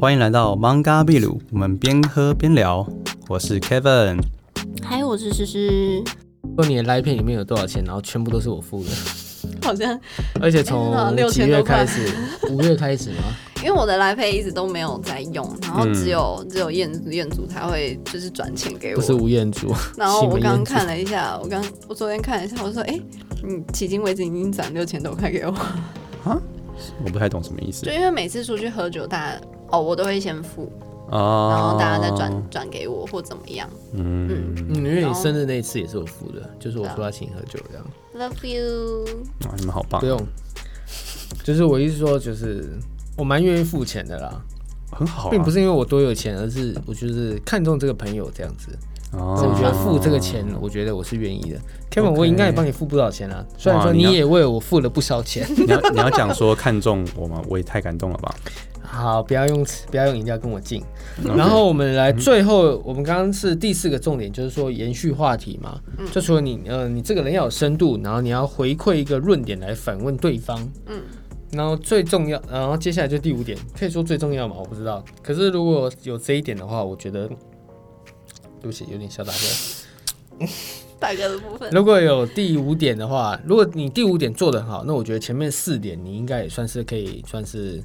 欢迎来到 Manga 秘鲁，我们边喝边聊。我是 Kevin，嗨，我是诗诗，如果你的来片里面有多少钱，然后全部都是我付的，好像 而且 哎从真的几6000月多块哎开始？五月开 始吗？因为我的来配一直都没有在用，然后嗯只有、只有彦彦祖才会就是转钱给不是我。吴彦祖，然后西门我刚刚彦祖看了一下，我刚我昨天看了一下，我说哎、你迄今为止已经攒六千多块 给我，我不太懂什么意思就因为每次出去喝酒，大家哦我都会先付，啊哦然后大家再转转给我或怎么样。嗯， 嗯，因为然你后啊生日那一次也是我付的，就是我说要请你喝酒这样， Love you，哇，你们好棒不，用，就是我意思说，就是我蛮愿意付钱的啦，很好啊，并不是因为我多有钱，而是我就是看中这个朋友这样子，哦，所以我觉得付这个钱，我觉得我是愿意的。Kevin，我应该也帮你付不少钱啊，虽然哇说你你要也为我付了不少钱。你要你要讲说看中我吗？我也太感动了吧！好，不要用不要用饮料跟我敬。然后我们来最后，我们刚刚是第四个重点，就是说延续话题嘛。就除了你呃，你这个人要有深度，然后你要回馈一个论点来反问对方。嗯。然后最重要，然后接下来就第五点，可以说最重要嘛？我不知道。可是如果有这一点的话，我觉得，对不起，有点小打嗝。大哥的部分，如果有第五点的话，如果你第五点做得很好，那我觉得前面四点你应该也算是可以算是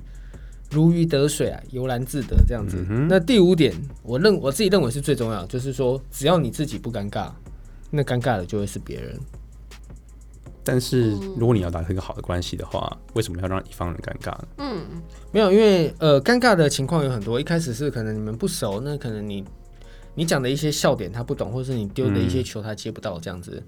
如鱼得水啊，悠然自得这样嗯子。那第五点，我认我自己认为是最重要的，就是说只要你自己不尴尬，那尴尬的就会是别人。但是嗯如果你要达成一个好的关系的话，为什么要让一方人尴尬呢？嗯，没有，因为呃，尴尬的情况有很多。一开始是可能你们不熟，那可能你你讲的一些笑点他不懂，或是你丢的一些球他接不到这样子，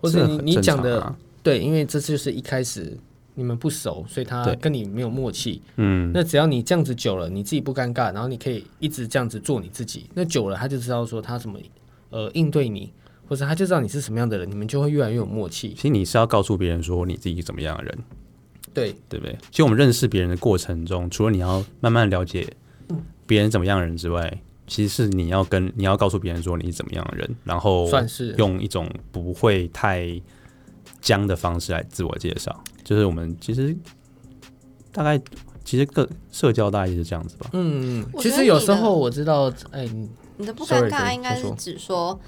或是这你嗯很你正讲常的啊，对，因为这就是一开始你们不熟，所以他对跟你没有默契。嗯，那只要你这样子久了，你自己不尴尬，然后你可以一直这样子做你自己，那久了他就知道说他怎么呃应对你，或者他就知道你是什么样的人，你们就会越来越有默契其。实你是要告诉别人说你自己是怎么样的人，对，对不对？其实我们认识别人的过程中，除了你要慢慢了解嗯别人怎么样的人之外，其实是你要跟你要告诉别人说你是怎么样的人，然后算是用一种不会太僵的方式来自我介绍。就是我们其实大概其实个社交大概就是这样子吧。嗯，我其觉得实有你时的候我知道，哎，你你的不尴 Sorry，尬对应该先是说指说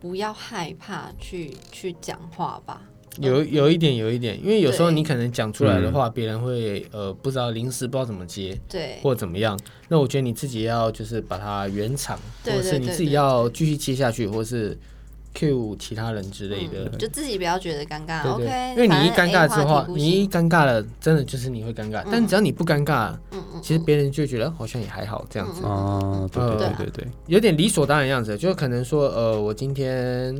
不要害怕去去讲话吧。有有一点有一点，因为有时候对你可能讲出来的嗯话，别人会呃不知道临时不知道怎么接，对，或怎么样，那我觉得你自己要就是把它圆场，对或者是对你对自己对要继续接下去，或是 Q 其他人之类的。嗯就自己不要觉得尴尬。对 OK，哎对，因为你一尴尬之后，啊你一你尴尬了，真的就是你会尴尬。但只要你不尴尬，嗯嗯其实别人就觉得好像也还好这样子，哦，对对呃对对对，有点理所当然的样子。就可能说，呃，我今天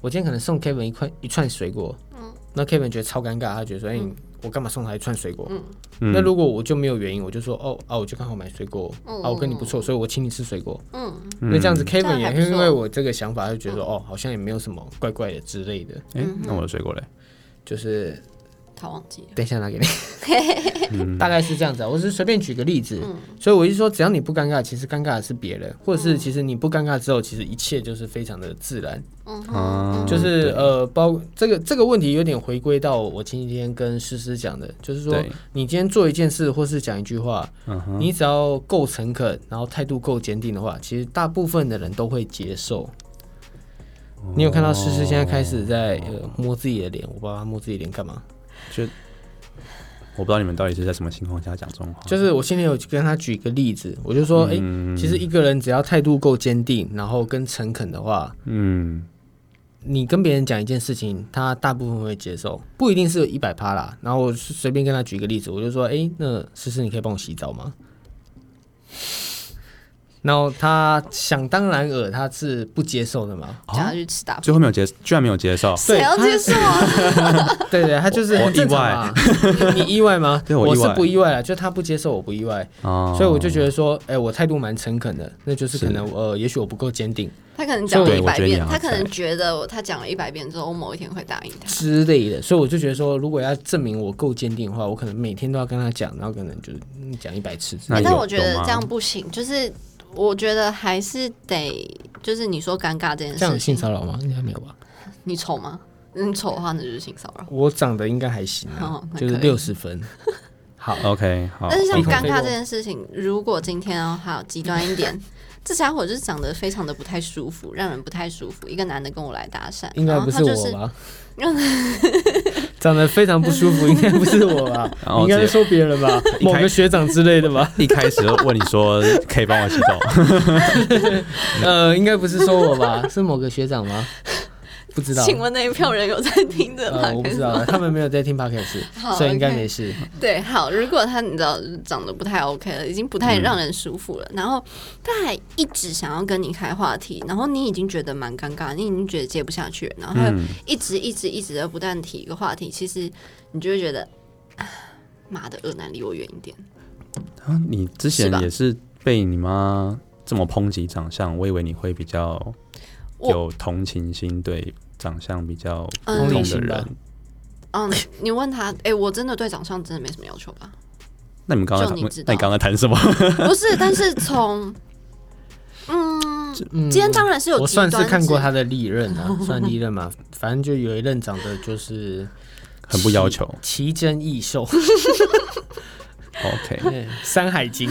我今天可能送 Kevin 一块一串水果，嗯那 Kevin 觉得超尴尬，他觉得说，哎、我干嘛送他一串水果？嗯那如果我就没有原因，我就说哦啊，我就刚好买水果，啊，我跟你不错，所以我请你吃水果。嗯，那这样子这样 Kevin 也还不会因为错我这个想法，就觉得说哦，好像也没有什么怪怪的之类的，哎、那我的水果嘞？就是他忘记了。等一下拿给你，大概是这样子啊。我只是随便举个例子，所以我就说，只要你不尴尬，其实尴尬的是别人，或者是其实你不尴尬之后，其实一切就是非常的自然。啊，嗯就是呃，包这个这个问题有点回归到我前几天跟诗诗讲的，就是说对你今天做一件事或是讲一句话，你只要够诚恳，然后态度够坚定的话，其实大部分的人都会接受。你有看到诗诗现在开始在呃摸自己的脸，我不知道她摸自己脸干嘛。就我不知道你们到底是在什么情况下讲这种话，就是我心里有跟他举一个例子，我就说，哎、嗯其实一个人只要态度够坚定，然后跟诚恳的话，嗯，你跟别人讲一件事情，他大部分会接受，不一定是一百趴啦。然后我随便跟他举一个例子，我就说，哎、那思思，你可以帮我洗澡吗？然后他想当然尔，他是不接受的嘛。叫他去吃哦大最后没有接，居然没有接受，谁要接受 啊？对对，他就是我很正常嘛。 你你意外吗？对我意是外不意外啦，就他不接受，我不意外。哦，所以我就觉得说，哎、我态度蛮诚恳的，那就是可能呃，也许我不够坚定他可能讲了对一百我觉得你遍，好他可能觉得我他讲了一百遍之后，我某一天会答应他。之类的，所以我就觉得说，如果要证明我够坚定的话，我可能每天都要跟他讲，然后可能就嗯讲一百次之那类欸的。有但我觉得有吗这样不行，就是我觉得还是得，就是你说尴尬这件这样有事性情，骚扰吗？应该没有吧？你丑哦吗？嗯，丑的话那就是性骚扰。我长得应该还行、啊哦，那就是可以六十分。好， OK，好。但是像一口尴飞尬过这件事情，如果今天哦，好极端一点， 这家伙就是长得非常的不太舒服，让人不太舒服。一个男的跟我来搭讪，应该然后不他是就我是吧？ 长得非常不舒服，应该不是我吧？然后应该是说别人吧，一开某个学长之类的 吧？一开始就问你说 可以帮我洗澡吗，嗯呃，应该不是说我吧？是某个学长吗？不知道，请问那一票人有在听的吗？呃，我不知道，他们没有在听 podcast， 好所以应该 OK 没事。对，好，如果他你知道长得不太 OK 了，已经不太让人舒服了，然后他还一直想要跟你开话题，然后你已经觉得蛮尴尬，你已经觉得接不下去了，然后他嗯一直一直一直的不断提一个话题，其实你就会觉得，啊妈的，恶男离我远一点。啊你之是前吧也是被你妈这么抨击长相，我以为你会比较我有同情心，对长相比较普嗯同通理的心吧人。嗯，你问他，哎、我真的对长相真的没什么要求吧？那你们刚才就谈，你知道那你刚才谈 什么？不是，但是从， 嗯，嗯今天当然是有我极端算值，是看过他的历任 啊，算历任嘛，反正就有一任长得就是很不要求。奇奇珍异 兽， OK，对山海经，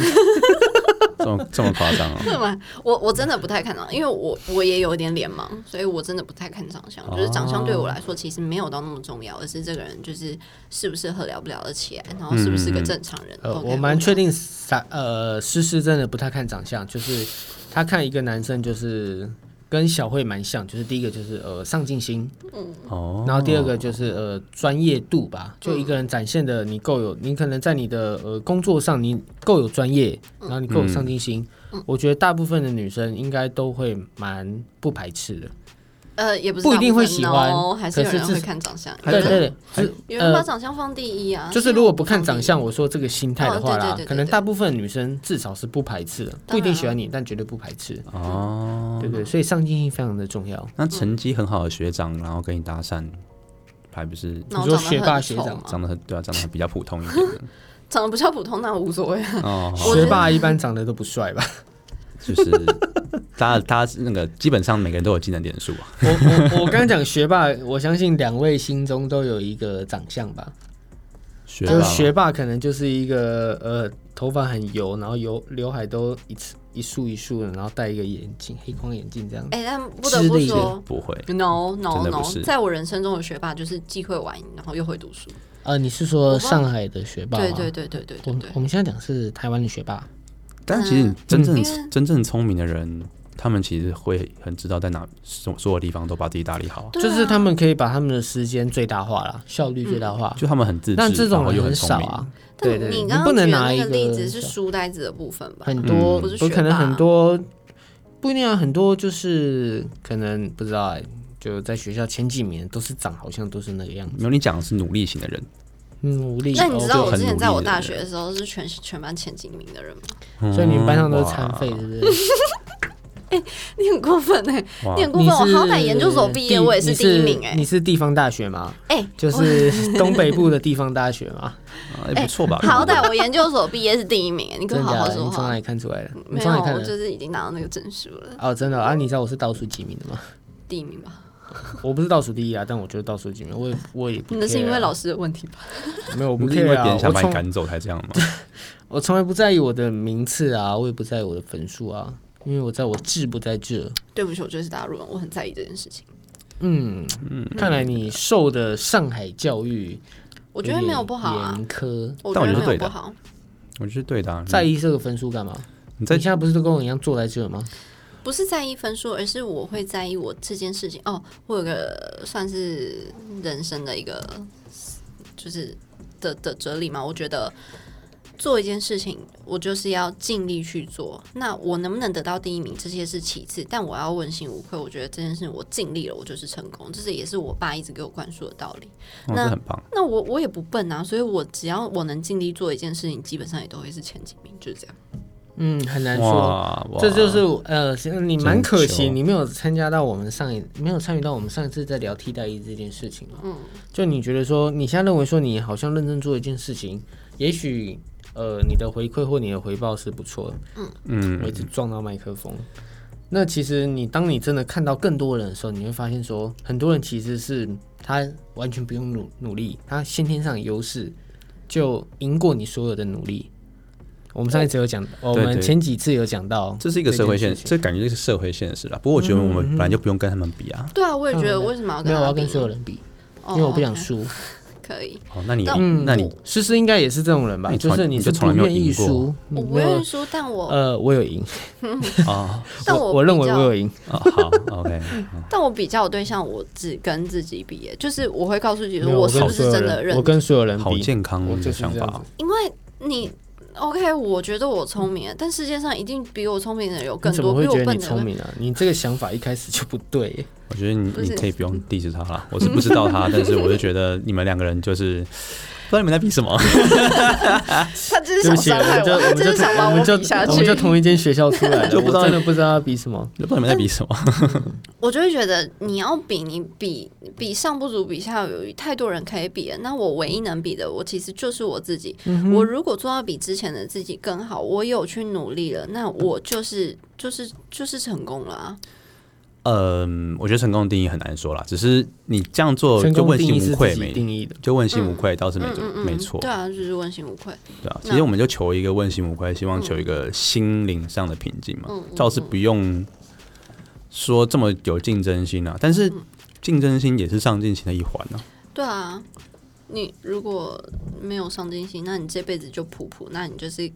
这 么这么夸张哦。对吗？我我真的不太看长，因为我我也有点脸盲，所以我真的不太看长相。就是长相对我来说其实没有到那么重要，而是这个人就是适不适合聊不聊得起来，然嗯后是不是个正常人。呃， OK，我蛮确定三呃诗诗真的不太看长相，就是他看一个男生就是。跟小慧蛮像，就是第一个就是呃上进心，嗯哦，然后第二个就是呃专业度吧，就一个人展现的你够有，你可能在你的呃工作上你够有专业，然后你够有上进心，嗯我觉得大部分的女生应该都会蛮不排斥的。呃，也不是不一定大部会分喜欢，no，还哦是有可人是至会看长相，有对人对对，有就人把呃长相放第一啊。就是有人如果不看放第长一，相，我说这个心态的话哦啦对对对对，对啊可能大部分女生至少是不排斥的，不一定喜欢你，但绝对不排斥，哦对，不对？所以上进心非常的重要。那成绩很好的学长，然后跟你搭讪，还不是那我你说长得学霸很学丑长吗长得很对啊，长得比较普通一点的长得不像普通，那无所谓 啊。哦，好 我学觉得霸一般长得都不帅吧？就是大家大家那个基本上每个人都有技能点数啊，我 我我刚刚讲学霸，我相信两位心中都有一个长相吧？学就是霸学霸可能就是一个呃，头发很油，然后油刘海都一次一束一束的，然后戴一个眼镜，黑框眼镜这样。哎、但不得之不类的说。不会 No no 真的 no，不是在我人生中的学霸就是既会玩，然后又会读书。呃，你是我说忘上海的学霸吗？对对对对对我对们对。我们现在讲是台湾的学霸，但其实你真正、嗯因为真正聪明的人，他们其实会很知道在哪所所有地方都把自己打理好，对就是啊他们可以把他们的时间最大化了，效率最大化。就他们很自那制，这然种后又人很很聪少明。啊，但对对你你刚不刚能举的拿那一个例子个是小书呆子的部分吧？很多、嗯不是学不可能霸很多，不一定啊，很多就是可能不知道、欸，就在学校前几名都是长好像都是那个样子，没有，你讲的是努力型的人，嗯，努力。那你知道就我很之前在努力我的大人学的时候是全全班前几名的人吗？哦所以你嗯们班上都是哇残废，对不对？ 你很过分哎、哇 你很过分！我好歹研究所毕业，我也是第一名哎、你是地方大学吗？哎、就是东北部的地方大学吗？啊也不错吧？好歹我研究所毕业是第一名 哎、你给真我的假好好的？说你从哪话里。看出来的？你没从哪有，里看我的？就是已经拿到那个证书了，哦，真的啊！你知道我是倒数几名的吗？ 第一名吧。我不是倒数第一啊，但我就是倒数几名，我也我也不 care 啊。那是因为老师的问题吧？ 没有，我不不是因 care 为啊别人想我把你从赶走才这样吗？我从来不在意我的名次啊，我也不在意我的分数啊，因为我在我志不在这。对不起，我就是打入文，我很在意这件事情。嗯，看来你受的上海教育，我觉得没有不好啊，严苛。我觉但我觉得得没有对不的好。我觉得对的啊。在意这个分数干嘛？你在你现在不是都跟我一样坐在这吗？不是在意分数，而是我会在意我这件事情。哦，我有个算是人生的一个，就是的的哲理嘛。我觉得做一件事情，我就是要尽力去做。那我能不能得到第一名，这些是其次，但我要问心无愧。我觉得这件事我尽力了，我就是成功。这是也是我爸一直给我灌输的道理。哦，那这很棒。那我我也不笨啊，所以我只要我能尽力做一件事情，基本上也都会是前几名，就是这样。嗯，很难说。哇，哇这就是呃，你蛮可惜，真球你没有参加到我们上一没有参与到我们上一次在聊替代役这件事情嗯，就你觉得说，你现在认为说你好像认真做一件事情，也许呃你的回馈或你的回报是不错的。嗯我一直撞到麦克风。那其实你当你真的看到更多人的时候，你会发现说，很多人其实是他完全不用努努力，他先天上有优势，就赢过你所有的努力。我们上一次有讲，我对们对前几次有讲到，这是一个社会这件现，事情这感觉是社会现实了。不过我觉得我们本来就不用跟他们比啊。对啊，我也觉得为什么要没跟有我他要比跟呢？所有人比，哦因为我不想 OK，输。可以，哦，那你但嗯，那你诗诗应该也是这种人吧？你就从是你是就从不来没有愿意赢过输，我你不没愿有意输，但我嗯呃，我有赢，哦但我我认为比较我有赢。哦好 ，OK，但我比较我对象，我只跟自己比耶，就是我会告诉自己没说，有我跟是不所是有真人的认我跟所有人好比，健康我就的是想这法样哦子。。因为你 OK，我觉得我聪明，但世界上一定比我聪明的人有你更怎么多，会比我觉得笨你的聪人。明啊？你这个想法一开始就不对。我觉得你不你是可以不用 diss 他 啦，我是不知道他，但是我就觉得你们两个人就是不知道你们在比什么。 他 只对是想不起，伤害们就他我只是想把我们就比下我们去就。同一间学校出来的， 就不知道我真的不知道要比什么。不知道你们在比什么，我就会觉得你要比，你比比上不足，比下有余，太多人可以比了。那我唯一能比的，我其实就是我自己。嗯我如果做到比之前的自己更好，我有去努力了，那我就是就是就是成功了啊！嗯，我觉得成功的定义很难说啦，只是你这样做成就功问定义心是无自愧己没？定义的，就问心无愧倒是没嗯嗯嗯，没错，对啊，就是问心无愧。对啊，那其实我们就求一个问心无愧，希望求一个心灵上的平静嘛嗯嗯，倒是不用说这么有竞争心嗯啊，但是竞争心也是上进心的一环啊。对啊，你如果没有上进心，那你这辈子就普普，那你就是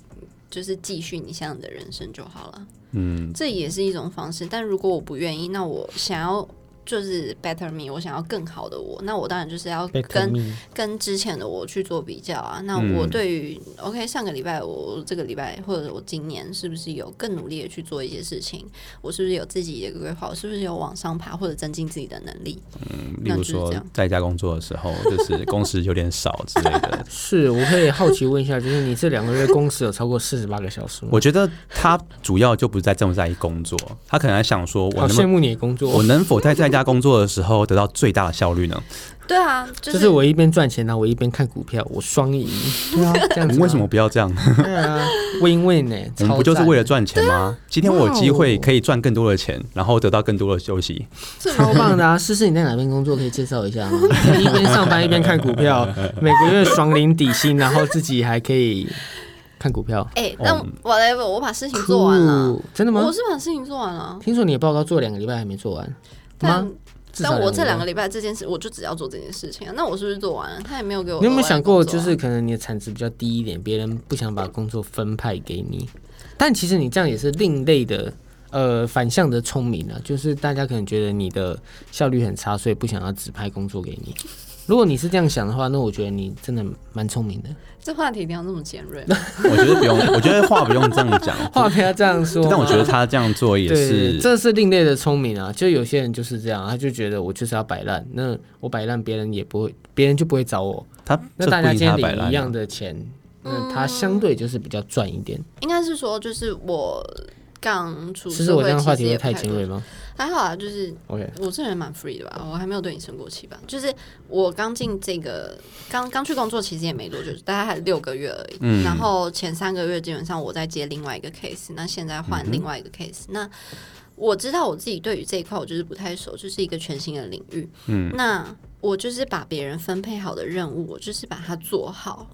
就是继续你现在的人生就好了。嗯，这也是一种方式。但如果我不愿意，那我想要就是 better me，我想要更好的我，那我当然就是要被跟命，跟之前的我去做比较啊。那嗯我对于、OK 上个礼拜我这个礼拜或者我今年是不是有更努力的去做一些事情？我是不是有自己的一个规划？我是不是有往上爬或者增进自己的能力？例嗯那如就是说这样在家工作的时候，就是工时有点少之类的是，我可以好奇问一下，就是你这两个月工时有超过四十八个小时吗？我觉得他主要就不是在这么在意工作， 他可能还想说我好能羡不慕你哦的工我作，能否在在家工作的时候得到最大的效率 呢？对啊，就就是我一边赚钱，然后我一边看股票，我双 赢。对啊，这样子你吗为什么？不要这 样？对啊，win win 呢？我们不就是为了了赚钱啊吗？今天我有机哇会哦可以赚更多的钱，然后得到更多的休 息。 超棒的啊？试试你在哪边工作可以介绍一下吗？你一边上班一边看股 票，每个月爽领底薪，然后自己还可以看股票。哎、但 whatever，我把事情做完了 Cool，真的吗我？是把事情做完了，听说你的报告做两个礼拜还没做完吗但？至少但我这两礼个礼拜这件事，我就只要做这件事情啊。那我是不是做完了？他也没有给我、拜，你有没有想过，啊就是？可能你的产值比较低一点，别人不想把工作分派给你，但其实你这样也是另类的。呃，反向的聪明啊，就是大家可能觉得你的效率很差，所以不想要指派工作给你。如果你是这样想的话，那我觉得你真的蛮聪明的。 这话题一定要那么尖锐吗？我觉得不用，我觉得话不用这样 讲。话不要这样说嘛，啊但我觉得他这样做也对，是，这是另类的聪明啊。就有些人就是这样，他就觉得我就是要摆烂，那我摆烂，别人也不会，别人就不会找我。他那这大不家应今他天摆领烂一样啊。的钱，那他相对就是比较赚一点。应该是说，就是我刚出其社实我这样的话其题实会也太尖锐多吗还好啊，就是？OK，我这人蛮 free 的吧，我还没有对你生过气吧？就是我刚进这个，刚刚去工作，其实也没多久，大概还六个月而已。嗯然后前三个月基本上我在接另外一个 case，那现在换另外一个 case，、那。我知道我自己对于这一块我就是不太熟，就是一个全新的领域。嗯，那我就是把别人分配好的任务，我就是把它做好。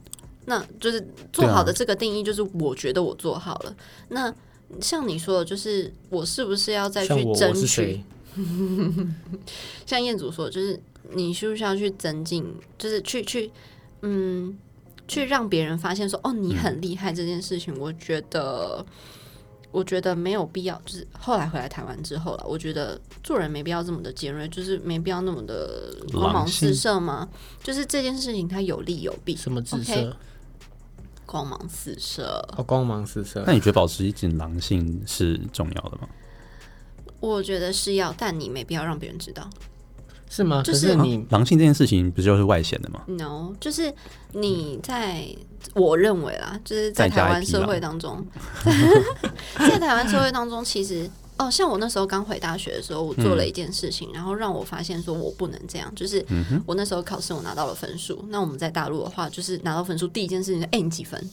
那就是做好的这个定义，就是我觉得我做好了。那像你说的，就是我是不是要再像去我，争我是取谁？像彦祖说，就是你需不需要去增进，就是去去，嗯，去让别人发现说，哦，你很厉害这件事情，我觉得，我觉得没有必要。就是后来回来台湾之后了，我觉得做人没必要这么的尖锐，就是没必要那么的光芒狼性四射嘛。就是这件事情它有利有弊，什么姿 OK，色？光芒四射，哦，光芒四射哎那。你觉得保持一种狼性是重要的吗？我觉得是要，但你没必要让别人知道。是吗？就可是是你啊狼性这件事情不就是外显的吗？ No，就是你在我认为啦，就是在再加台一湾批社狼会当中， 在台湾社会当中，其实哦，像我那时候刚回大学的时候，我做了一件事情，然后让我发现说我不能这样。就是我那时候考试我拿到了分数，那我们在大陆的话，就是拿到分数第一件事情是，哎、你几分？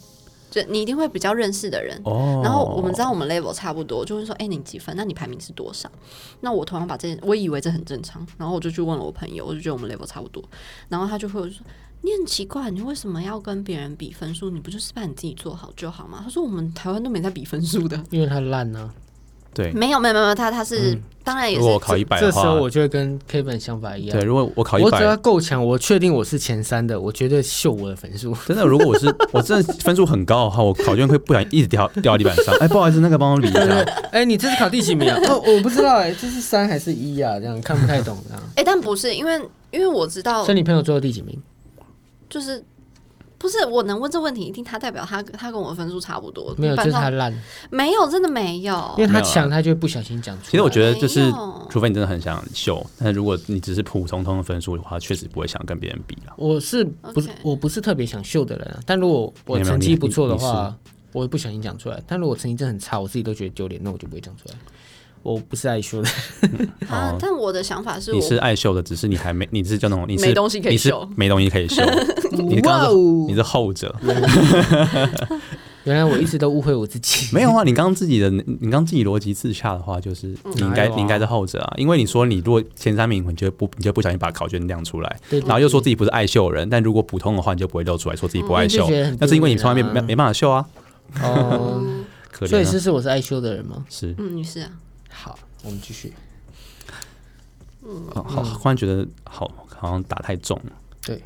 就你一定会比较认识的人，哦，然后我们知道我们 level 差不多，就会说，哎、你几分？那你排名是多少？那我同样把这件，我以为这很正常，然后我就去问了我朋友，我就觉得我们 level 差不多，然后他就会说，你很奇怪，你为什么要跟别人比分数？你不就是把你自己做好就好吗？他说我们台湾都没在比分数的，因为他烂啊呢、对，没有没有没有，他他是、当然也如果我是考一百这的时话，候嗯我就会跟 Kevin 想法一样对，。如果我考一我只要百，够强，我确定我是前三的，我绝对秀我的分数。 真的，如果我是 我真的分数很高的话，我考卷会不小心一直掉掉到地板上。哎，不好意思，那个帮我理一 对对，下。哎、你这是考第几 名啊？哦，我不知道哎、这是三还是一啊？这样看不太懂这样。哎、但不是因为因为我知道所以你朋友最后第几名？就是。不是我能问这问题，一定他代表他他跟我分数差不多，没有，就班是上他烂，没有，真的没有因。为他没有啊强，他就会不小心讲出来。其实我觉得就是没有，除非你真的很想秀，但如果你只是普普通通的分数的话，确实不会想跟别人比了。我是不是 OK 我不是特别想秀的人啊？但如果我没有成绩你不错的你话，我不小心讲出来。但如果我成绩真的很差，我自己都觉得丢脸，那我就不会讲出来。我不是爱秀 的，啊哦！但我的想法是你我，是爱秀的，只是你还没，你是叫那种你是没东西可以秀哦你是没东西可以 秀，你刚刚是你是后者，哦原来我一直都误会我 自己。没有啊？你刚刚自己的，你你刚刚自己逻辑自洽的话，就是你应哪该、有啊你应该是后者啊，因为你说你如果前三名，你就不你就不小心把考卷亮出来，对，然后又说自己不是爱秀的人，但如果普通的话，你就不会露出来说自己不爱秀嗯你就觉得很丢脸啊，那是因为你从来没没没办法秀啊，哦，可所以怜啊，思思我是爱秀的人吗？是嗯，你是啊，好，我们继续。哦嗯好，忽然觉得好好像打太重了，对，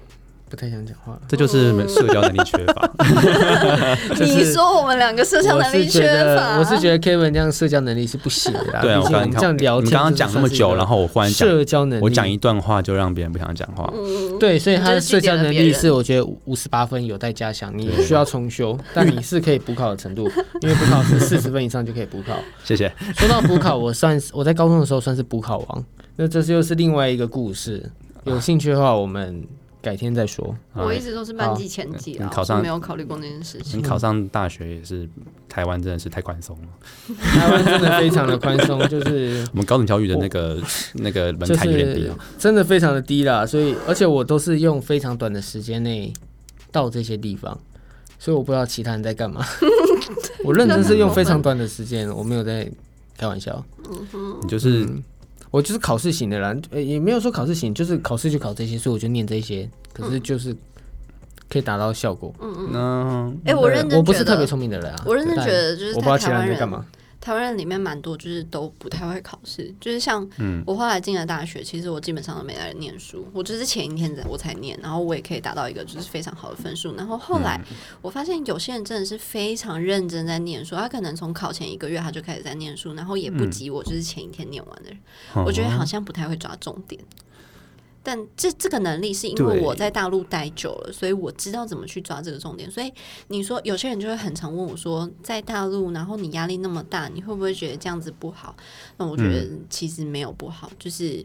不太想讲话了。这就是社交能力缺 乏。是你说我们两个社交我能是力觉缺得，乏，我是觉得 Kevin 这样社交能力是不行的 啦。对啊，毕我竟刚我刚们看这样聊你天，刚刚讲那么久，然后我忽然讲，社交能力，我讲一段话就让别人不想讲话。嗯，对，所以他的社交能你力就是是我觉得五十八分有待加强，你需要重修，但你是可以补考的程度，因为补考是四十分以上就可以补考。谢谢。说到补考，我算是我在高中的时候算是补考王，那这又是另外一个故事。有兴趣的话，我们改天再说。我一直都是班级前几啊，好你嗯考我上没有考虑过那件事情。你考上大学也是，台湾真的是太宽松了。台湾真的非常的宽松，就是我们高等教育的那个 那个门就槛有点低是啊。真的非常的低啦，所以而且我都是用非常短的时间内到这些地方，所以我不知道其他人在 干嘛。我认真是用非常短的时间，我没有在开玩笑，你就是我就是考试型的啦，呃也没有说考试型，就是考试就考这些，所以我就念这些，可是就是可以达到效果。嗯，哎、我认真觉得，我不是特别聪明的人啊，我认真但觉得就是我不知道在其台他湾人在干人，嘛。台湾人里面蛮多就是都不太会考试，就是像嗯我后来进了大学，其实我基本上都没来念书，我就是前一天我才念，然后我也可以达到一个就是非常好的分数。然后后来我发现有些人真的是非常认真在念书，他可能从考前一个月他就开始在念书，然后也不及我就是前一天念完的人，我觉得好像不太会抓重点。但这这个能力是因为对我在大陆待久了，所以我知道怎么去抓这个重点。所以你说有些人就会很常问我说，在大陆，然后你压力那么大，你会不会觉得这样子不好？那我觉得其实没有不好，就是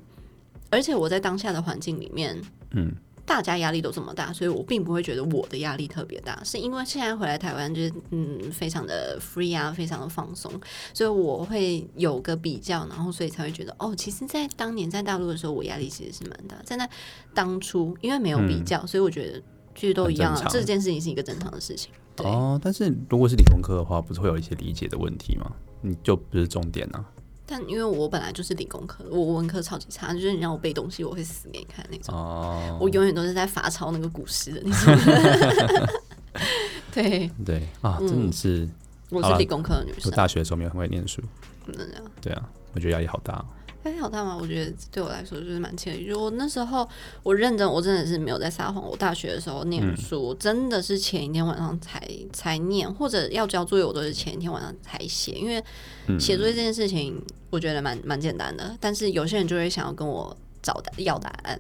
而且我在当下的环境里面，嗯，大家压力都这么大，所以我并不会觉得我的压力特别大，是因为现在回来台湾就是嗯，非常的 free 啊，非常的放松，所以我会有个比较，然后所以才会觉得哦，其实，在当年在大陆的时候，我压力其实是蛮大，在那当初因为没有比较，所以我觉得其实都一样、嗯很啊，正常这件事情是一个正常的事情。对，哦，但是如果是理工科的话，不是会有一些理解的问题吗？你就不是重点啊。但因为我本来就是理工科，我文科超级差，就是你让我背东西，我会死给你看那种。哦，我永远都是在罚抄那个古诗的那种。 对，对啊，真的是，我好是啦理工科的女我生，大学的时候没有很会念书。真的。对啊，我觉得压力好大哦。压力好大吗？我觉得对我来说就是蛮惬意。就我那时候，我认真，我真的是没有在撒谎。我大学的时候念书，我真的是前一天晚上才才念，或者要交作业，我都是前一天晚上才写。因为写作业这件事情，我觉得蛮蛮简单的，但是有些人就会想要跟我找答要答案。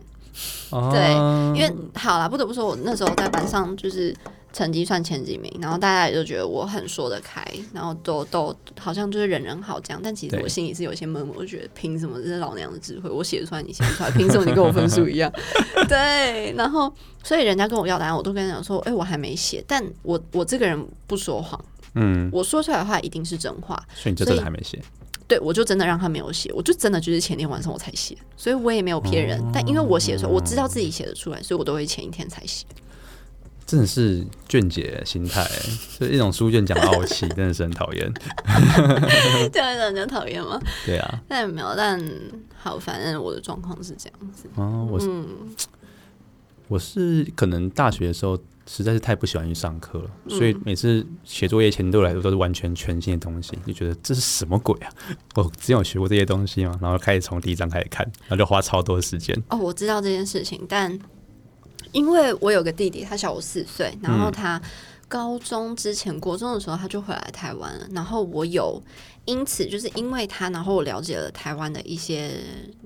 对哦，因为好啦，不得不说，我那时候在班上就是成绩算前几名，然后大家也就觉得我很说得开，然后都都好像就是人人好这样，但其实对我心里是有一些闷闷，我就觉得凭什么这是老娘的智慧，我写得出来你写不出来，凭什么你跟我分数一样？ 对，然后所以人家跟我要答案，我都跟他讲说，哎、我还没写，但我我这个人不说谎，嗯，我说出来的话一定是真话，所以你就所真以的还没写。对，我就真的让他没有写，我就真的就是前天晚上我才写，所以我也没有骗人。但因为我写的时候，我知道自己写得出来，所以我都会前一天才写。 真的是卷姐心态， 就是一种书卷讲傲气，真的是很讨厌。这样让人家讨厌吗？对啊，但也没有，但好，反正我的状况是这样子。哦，我是、我是可能大学的时候实在是太不喜欢去上课了，嗯所以每次写作业前对我来说都是完全全新的东西，就觉得这是什么鬼啊？ 我之前有学过这些东西吗？然后开始从第一章开始看，然后就花超多时间。哦，我知道这件事情，但因为我有个弟弟，他小我四岁，然嗯后他高中之前、国中的时候他就回来台湾了，然后我有因此就是因为他，然后我了解了台湾的一些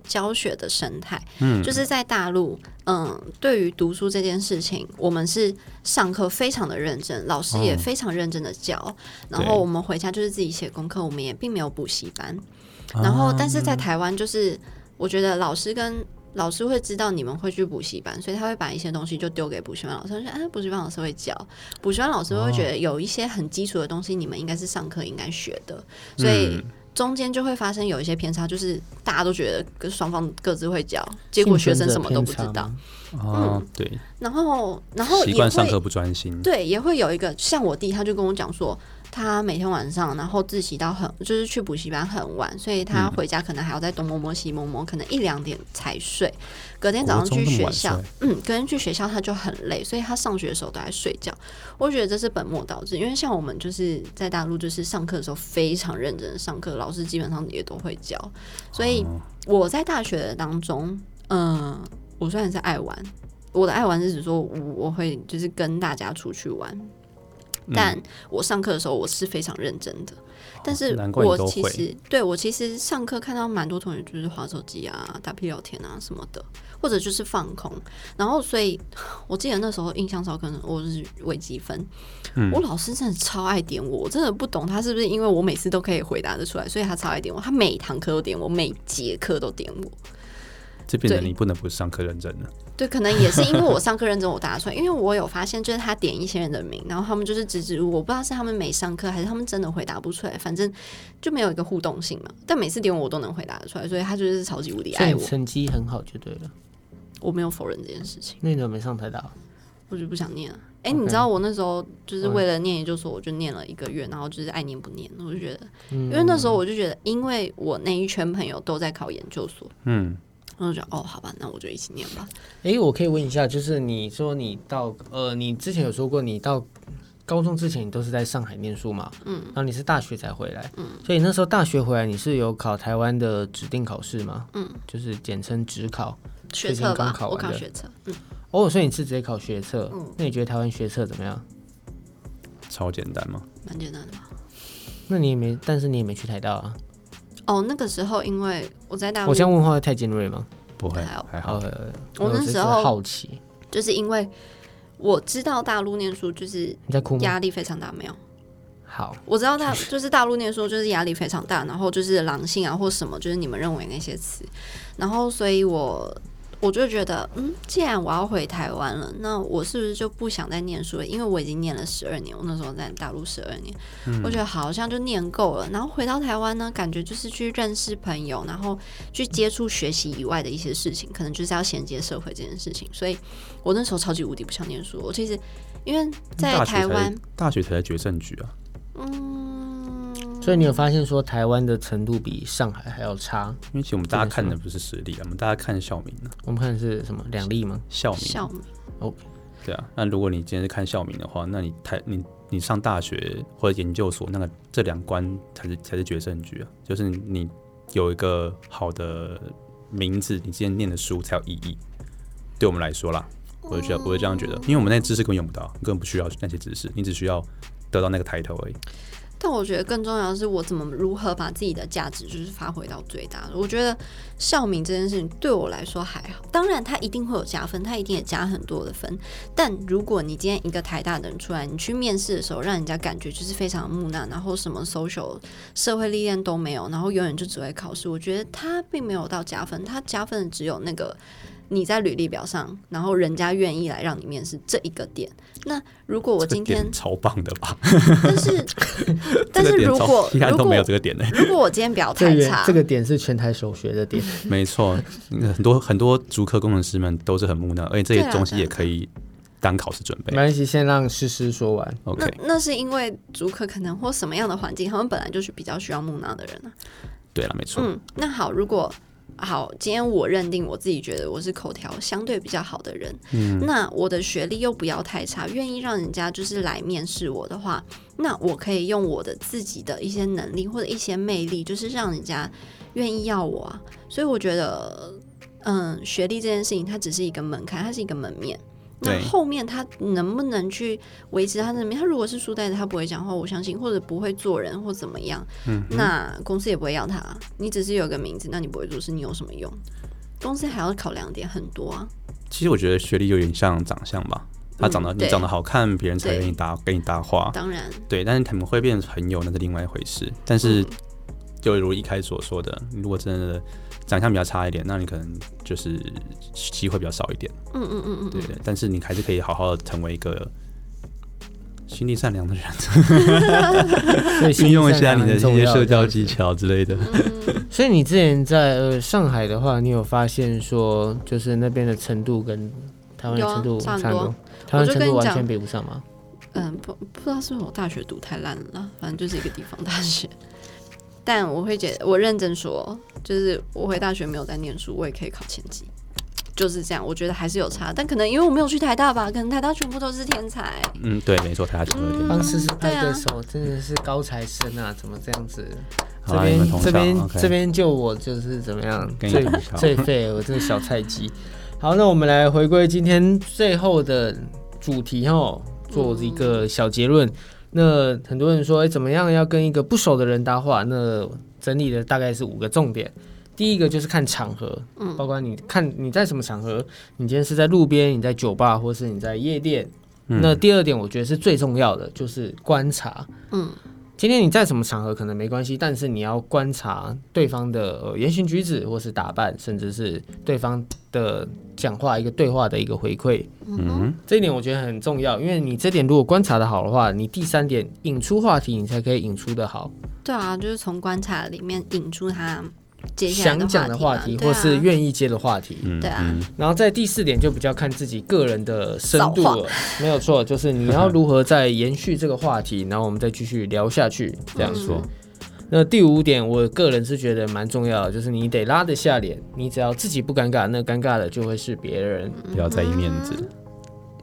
教学的生态，嗯，就是在大陆，嗯，对于读书这件事情，我们是上课非常的认真，老师也哦非常认真的教，然对后我们回家就是自己写功课，我们也并没有补习班，啊然后，但是在台湾，就是我觉得老师跟老师会知道你们会去补习班，所以他会把一些东西就丢给补习班老师，他说：“哎，补习班老师会教。”补习班老师会觉得有一些很基础的东西，你们应该是上课应该学的，所以中间就会发生有一些偏差，就是大家都觉得跟双方各自会教，结果学生什么都不知道。哦，对，然后，嗯然后习也惯上会课不专心，对，也会有一个像我弟，他就跟我讲说，他每天晚上然后自习到很，就是去补习班很晚，所以嗯他回家可能还要再东摸摸西摸摸，可能一两点才睡。隔天早上国中去那么学晚校睡，嗯，隔天去学校他就很累，所以他上学的时候都在睡觉。我觉得这是本末倒置，因为像我们就是在大陆，就是上课的时候非常认真的上课，老师基本上也都会教，所以哦我在大学当中，嗯、我虽然是爱玩，我的爱玩是指说我我会就是跟大家出去玩，嗯但我上课的时候我是非常认真的。但是难怪你我都其会实对我其实上课看到蛮多同学就是划手机啊、打屁聊天啊什么的，或者就是放空。然后所以我记得那时候印象超可能我是微积分，嗯我老师真的超爱点我，我真的不懂他是不是因为我每次都可以回答得出来，所以他超爱点我，他每堂课都点我，每节课都点我。这变成对你不能不上课认真了。对，可能也是因为我上课认真，我答得出来。因为我有发现，就是他点一些人的名，然后他们就是支支吾吾，我不知道是他们没上课，还是他们真的回答不出来，反正就没有一个互动性嘛。但每次点我，我都能回答得出来，所以他就是超级无敌所以爱你我。成绩很好就对了。我没有否认这件事情，那你怎么没上台大？我就不想念了。哎、 OK 嗯你知道我那时候就是为了念研究所，我就念了一个月，然后就是爱念不念，我就觉得，嗯因为那时候我就觉得，因为我那一圈朋友都在考研究所，嗯，然后我就觉得哦，好吧，那我就一起念吧。哎，我可以问一下，就是你说你到呃，你之前有说过你到高中之前你都是在上海念书嘛？嗯，然后你是大学才回来，嗯，所以那时候大学回来你是有考台湾的指定考试吗？嗯，就是简称职考。学最近测刚吧，考我完考的学测，哦，所以你是直接考学测，嗯那你觉得台湾学测怎么样？超简单嘛。蛮简单的吧。那你也没，但是你也没去台大啊。哦，那个时候因为我在大陆我这样问话会太尖锐吗？不会，还好还好，呃，我那只是时候好奇，就是因为我知道大陆念书就是你在哭吗？压力非常大，没有。好，我知道大就是大陆念书就是压力非常大，然后就是狼性啊或什么，就是你们认为那些词，然后所以我我就觉得，嗯，既然我要回台湾了，那我是不是就不想再念书了？因为我已经念了十二年，我那时候在大陆十二年，嗯我觉得好像就念够了。然后回到台湾呢，感觉就是去认识朋友，然后去接触学习以外的一些事情，可能就是要衔接社会这件事情。所以我那时候超级无敌不想念书，我其实因为在大学台才湾。嗯大学才在决胜局啊。所以你有发现说台湾的程度比上海还要差？因为其实我们大家看的不是实力啊，我们大家看校名啊，我们看是什么两例吗？校名。啊校名对啊，那如果你今天是看校名的话，那你台你你上大学或者研究所，那个这两关才是才是决胜局啊，就是你有一个好的名字，你今天念的书才有意义。对我们来说啦，我就觉哦得我会这样觉得，因为我们那些知识根本用不到，你根本不需要那些知识，你只需要得到那个抬头而已。但我觉得更重要的是，我怎么如何把自己的价值就是发挥到最大。我觉得校名这件事情对我来说还好，当然它一定会有加分，它一定也加很多的分。但如果你今天一个台大的人出来，你去面试的时候，让人家感觉就是非常木讷，然后什么 social 社会历练都没有，然后永远就只会考试，我觉得他并没有到加分，他加分的只有那个。你在履历表上，然后人家愿意来让你面试这一个点。那如果我这今个天点超棒的吧？但是， 但这个是如点超 果其他人如都没有果这个点呢、如果我今天表这太个差，这个点是全台首学的点，没错，很多很多足科工程师们都是很木讷，而且这对些啊东西对啊也可以当考试准备没。关系，先让诗诗说完。 OK，那那是因为主客可能或什么样的环境，他们本来就是比较需要木讷的人啊。对了，没错。嗯，那好，如果好，今天我认定我自己觉得我是口条相对比较好的人，嗯，那我的学历又不要太差，愿意让人家就是来面试我的话，那我可以用我的自己的一些能力或者一些魅力，就是让人家愿意要我啊。所以我觉得，嗯，学历这件事情它只是一个门槛，它是一个门面。那对后面他能不能去维持他的门面？他如果是书呆子，他不会讲话，我相信，或者不会做人或怎么样，那公司也不会要他啊。你只是有个名字，那你不会做事，你有什么用？公司还要考量点很多啊。其实我觉得学历有点像长相吧，他长得、嗯你对长得好看，别人才跟你搭跟你搭话。当然，对，但是他们会变成朋友，那是另外一回事。但是，就如一开始所说的，如果真的长相比较差一点，那你可能就是机会比较少一点。嗯嗯嗯嗯对嗯，对，但是你还是可以好好的成为一个心地善良 的人，所以运用一下你的一些社交技技巧。巧之类的。所以你之前在呃上海的话，你有发现说，就是那边的程度跟台湾的程度有啊差差很很多多，台湾我就程跟度你完讲全比不上吗？嗯，不不知道是不是我大学读太烂了啦，反正就是一个地方大学。 但我会觉得，我认真说，就是我回大学没有在念书，我也可以考前几，就是这样。我觉得还是有差，但可能因为我没有去台大吧，可能台大全部都是天才。嗯，对，没错，台下就是有点。帮思思拍对啊个手，真的是高材生啊！怎么这样子？好啊这啦，你们边同校这边 OK 这边就我就是怎么样跟你最同校最废，我这个小菜鸡。好，那我们来回归今天最后的主题哦，做一个小结论。那很多人说，哎，怎么样要跟一个不熟的人搭话？那整理的大概是五个重点。第一个就是看场合，嗯，包括你看你在什么场合，你今天是在路边，你在酒吧，或是你在夜店。嗯那第二点，我觉得是最重要的，就是观察。嗯，今天你在什么场合可能没关系，但是你要观察对方的、呃、言行举止，或是打扮，甚至是对方的讲话一个对话的一个回馈。嗯，这一点我觉得很重要，因为你这点如果观察的好的话，你第三点引出话题，你才可以引出的好，对啊，就是从观察里面引出他接下来想讲的话题题，嘛，或是对啊愿意接的话题。嗯对啊，然后在第四点就比较看自己个人的深度造了，没有错，就是你要如何再延续这个话题，然后我们再继续聊下去，这样没错，那第五点，我个人是觉得蛮重要的，就是你得拉得下脸，你只要自己不尴尬，那尴尬的就会是别人。嗯不要在意面子。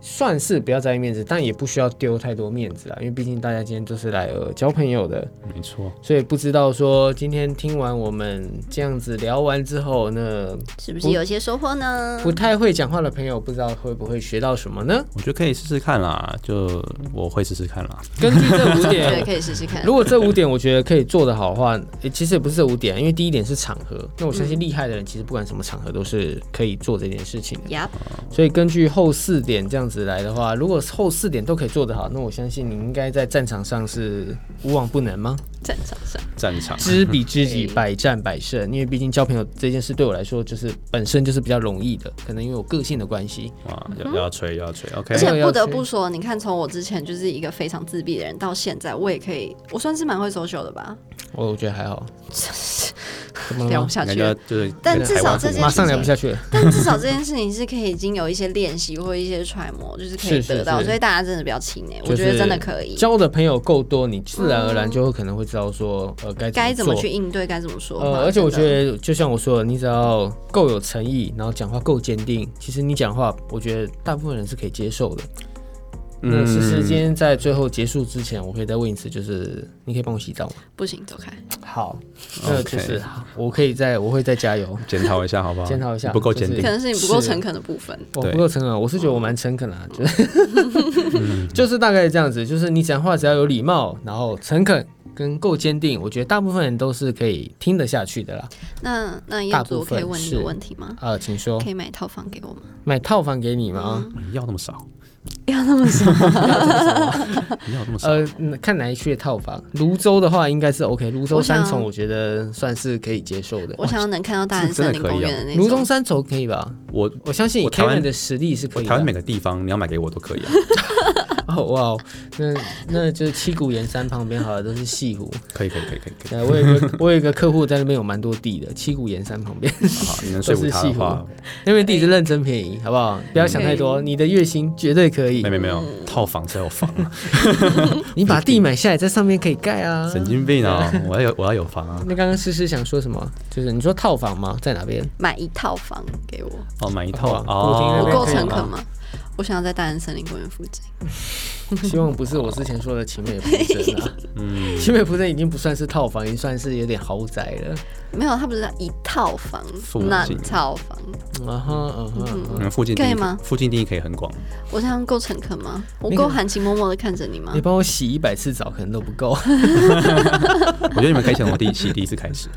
算是不要在意面子，但也不需要丢太多面子啦，因为毕竟大家今天都是来呃交朋友的，没错，所以不知道说今天听完我们这样子聊完之后，那是不是有些收获呢？不太会讲话的朋友，不知道会不会学到什么呢？我觉得可以试试看啦，就我会试试看啦。根据这五 对，点，可以试试看如。果这五点我觉得可以做得好的话，诶其实也不是这五点，因为第一点是场合，那我相嗯信厉害的人其实不管什么场合都是可以做这件事情的。呀，所以根据后四点这样子来的话，如果后四点都可以做得好，那我相信你应该在战场上是无往不能 吗？战场上，战场，知彼知己，嗯百战百胜。因为毕竟交朋友这件事对我来说，就是本身就是比较容易的，可能因为我个性的关系。哇，要要吹要吹，OK 而没有且要不得去不说，你看，从我之前就是一个非常自闭的人，到现在我也可以，我算是蛮会 social 的吧，哦我我觉得还好，怎么了聊吗不？下感去觉了。就是但跟至台少湾这父母件马事情上聊不下去了。但至少这件事情是可以已经有一些练习或一些揣摩，就是可以是是得到，是所以大家真的不要气馁，就我觉得是真的可以，交的朋友够多，你自然而然就会可能会知道说，呃，该该怎么做去应对，该怎么说话。呃，而且我觉真的得，就像我说的，你只要够有诚意，然后讲话够坚定，其实你讲话，我觉得大部分人是可以接受的。嗯那其实今天在最后结束之前，我可以再问一次，就是你可以帮我洗澡吗？不行，走开。好，那就是 OK 我可以再，我会再加油。检讨一下好不好？检讨一下不够就是坚定可。能是你不够是诚恳的部分。我对嗯不够诚恳，我是觉得我蛮诚恳啦，啊就是就是 大概这样子，就是你讲话只要有礼貌，然后诚恳跟够坚定，我觉得大部分人都是可以听得下去的啦。那那大燕子，部我可以分问你是个问题吗？啊、请说可，以嗯买套房给我吗？买套房给你吗？你要那么少，要那么说， 你要那么少，呃，嗯看哪一区的套房。泸州的话应该是 OK，泸州我想三重我觉得算是可以接受的。我想要能看到大这安真的森林可以公啊园的那泸中种。三重可以吧？我我相信以我台湾 Kevin 的实力是可以台湾的 每。个地方你要买给我都可以啊。哦哇哦，那那就是七股盐山旁边好了，都是西 湖。可以可以可以可以可呃，我有一个我有一个客户在那边有蛮多地的，七股盐山旁边以，好，你能说服他的话， 那边地是认真便宜，好不好？不要想太多，你的月薪绝对可以嗯没。没没有，套房才有房啊，你把地买下来，在上面可以盖啊。神经病 啊！我要有我要有房啊！那刚刚诗诗想说什么？就是你说套房吗？在哪 边？买一套房给我，哦，买一套啊，哦我听那我边哦够可以诚吗恳吗？我想要在大安森林公园附近。希望不是我之前说的奇美普森 啊。嗯，奇美普森已经不算是套房，已经算是有点豪宅了。没有，它不是一套房附，近那套房。嗯哼嗯哼嗯哼，嗯，附近定义可以吗附近定义可以很广，我这样够诚恳吗？我那个够含情脉脉的看着你吗你？帮我洗一百次澡可能都不够，我觉得你们可以先从第洗第一次开 始，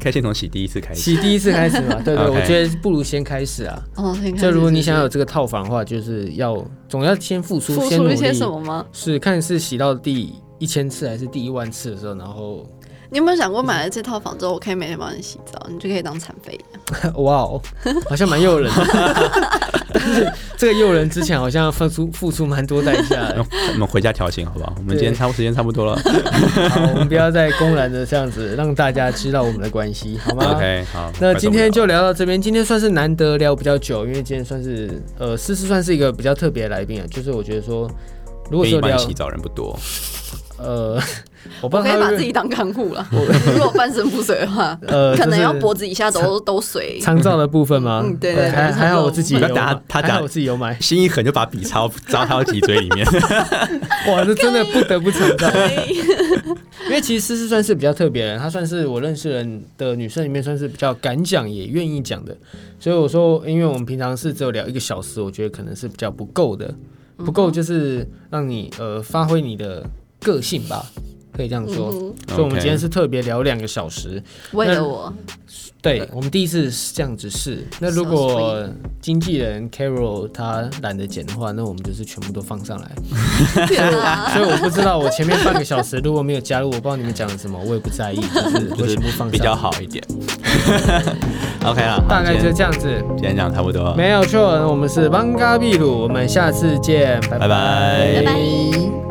可以先从洗第一次开始。啊洗第一次 开始嘛。对对， OK 我觉得不如先开始啊。哦，先看就如果你是想有这个套房的话，就是要总要先付出，付先努出一力。些什么吗？是看是洗到第一千次还是第一万次的时候，然后 你有没有想过，买了这套房之后，我可以每天帮你洗澡，你就可以当残废一样？哇哦，好像蛮诱人的。但 是这个诱人之前好像要付出付出蛮多代价 的。我们回家调情好不好？我们对今天差不多时间差不多了。好，我们不要再公然的这样子让大家知道我们的关系，好吗 OK，好，那快受今不了了天就聊到这边，今天算是难得聊比较久，因为今天算是呃，思思算是一个比较特别的来宾啊，就是我觉得说，如果愿意说帮聊你洗澡人不多，呃， 我不我知道可以他把会自己当看护了。 如果半身不遂的话， 呃，可能就是要脖子以下都 都水。长照的部分吗？嗯对对对还还好我自己有买，他打他打还好我自己有买，心一狠就把笔 插扎他的脊椎里面。哇，这真的不得不承认，对 因为其实思思算是比较特别的人，她算是我认识人的女生里面算是比较敢讲也愿意讲的，所以我说，因为我们平常是只有聊一个小时，我觉得可能是比较不够的，不够就是让你呃发挥你的个性吧，可以这样说。嗯所以我们 OK 今天是特别聊两个小时，为 了我，对我们第一次是这样子试。那如 So 果经纪人 Carol 她懒得剪的话，那我们就是全部都放上来。天啊 所以我不知道，我前面半个小时如果没有加入，我不知道你们讲了什么，我也不在意，就是就我是全部 放上比较。好一点。OK 了，好大概今就天这样子，今天这样差不多了。没有错。我们是邦嘎秘鲁，我们下次见，拜拜拜拜拜。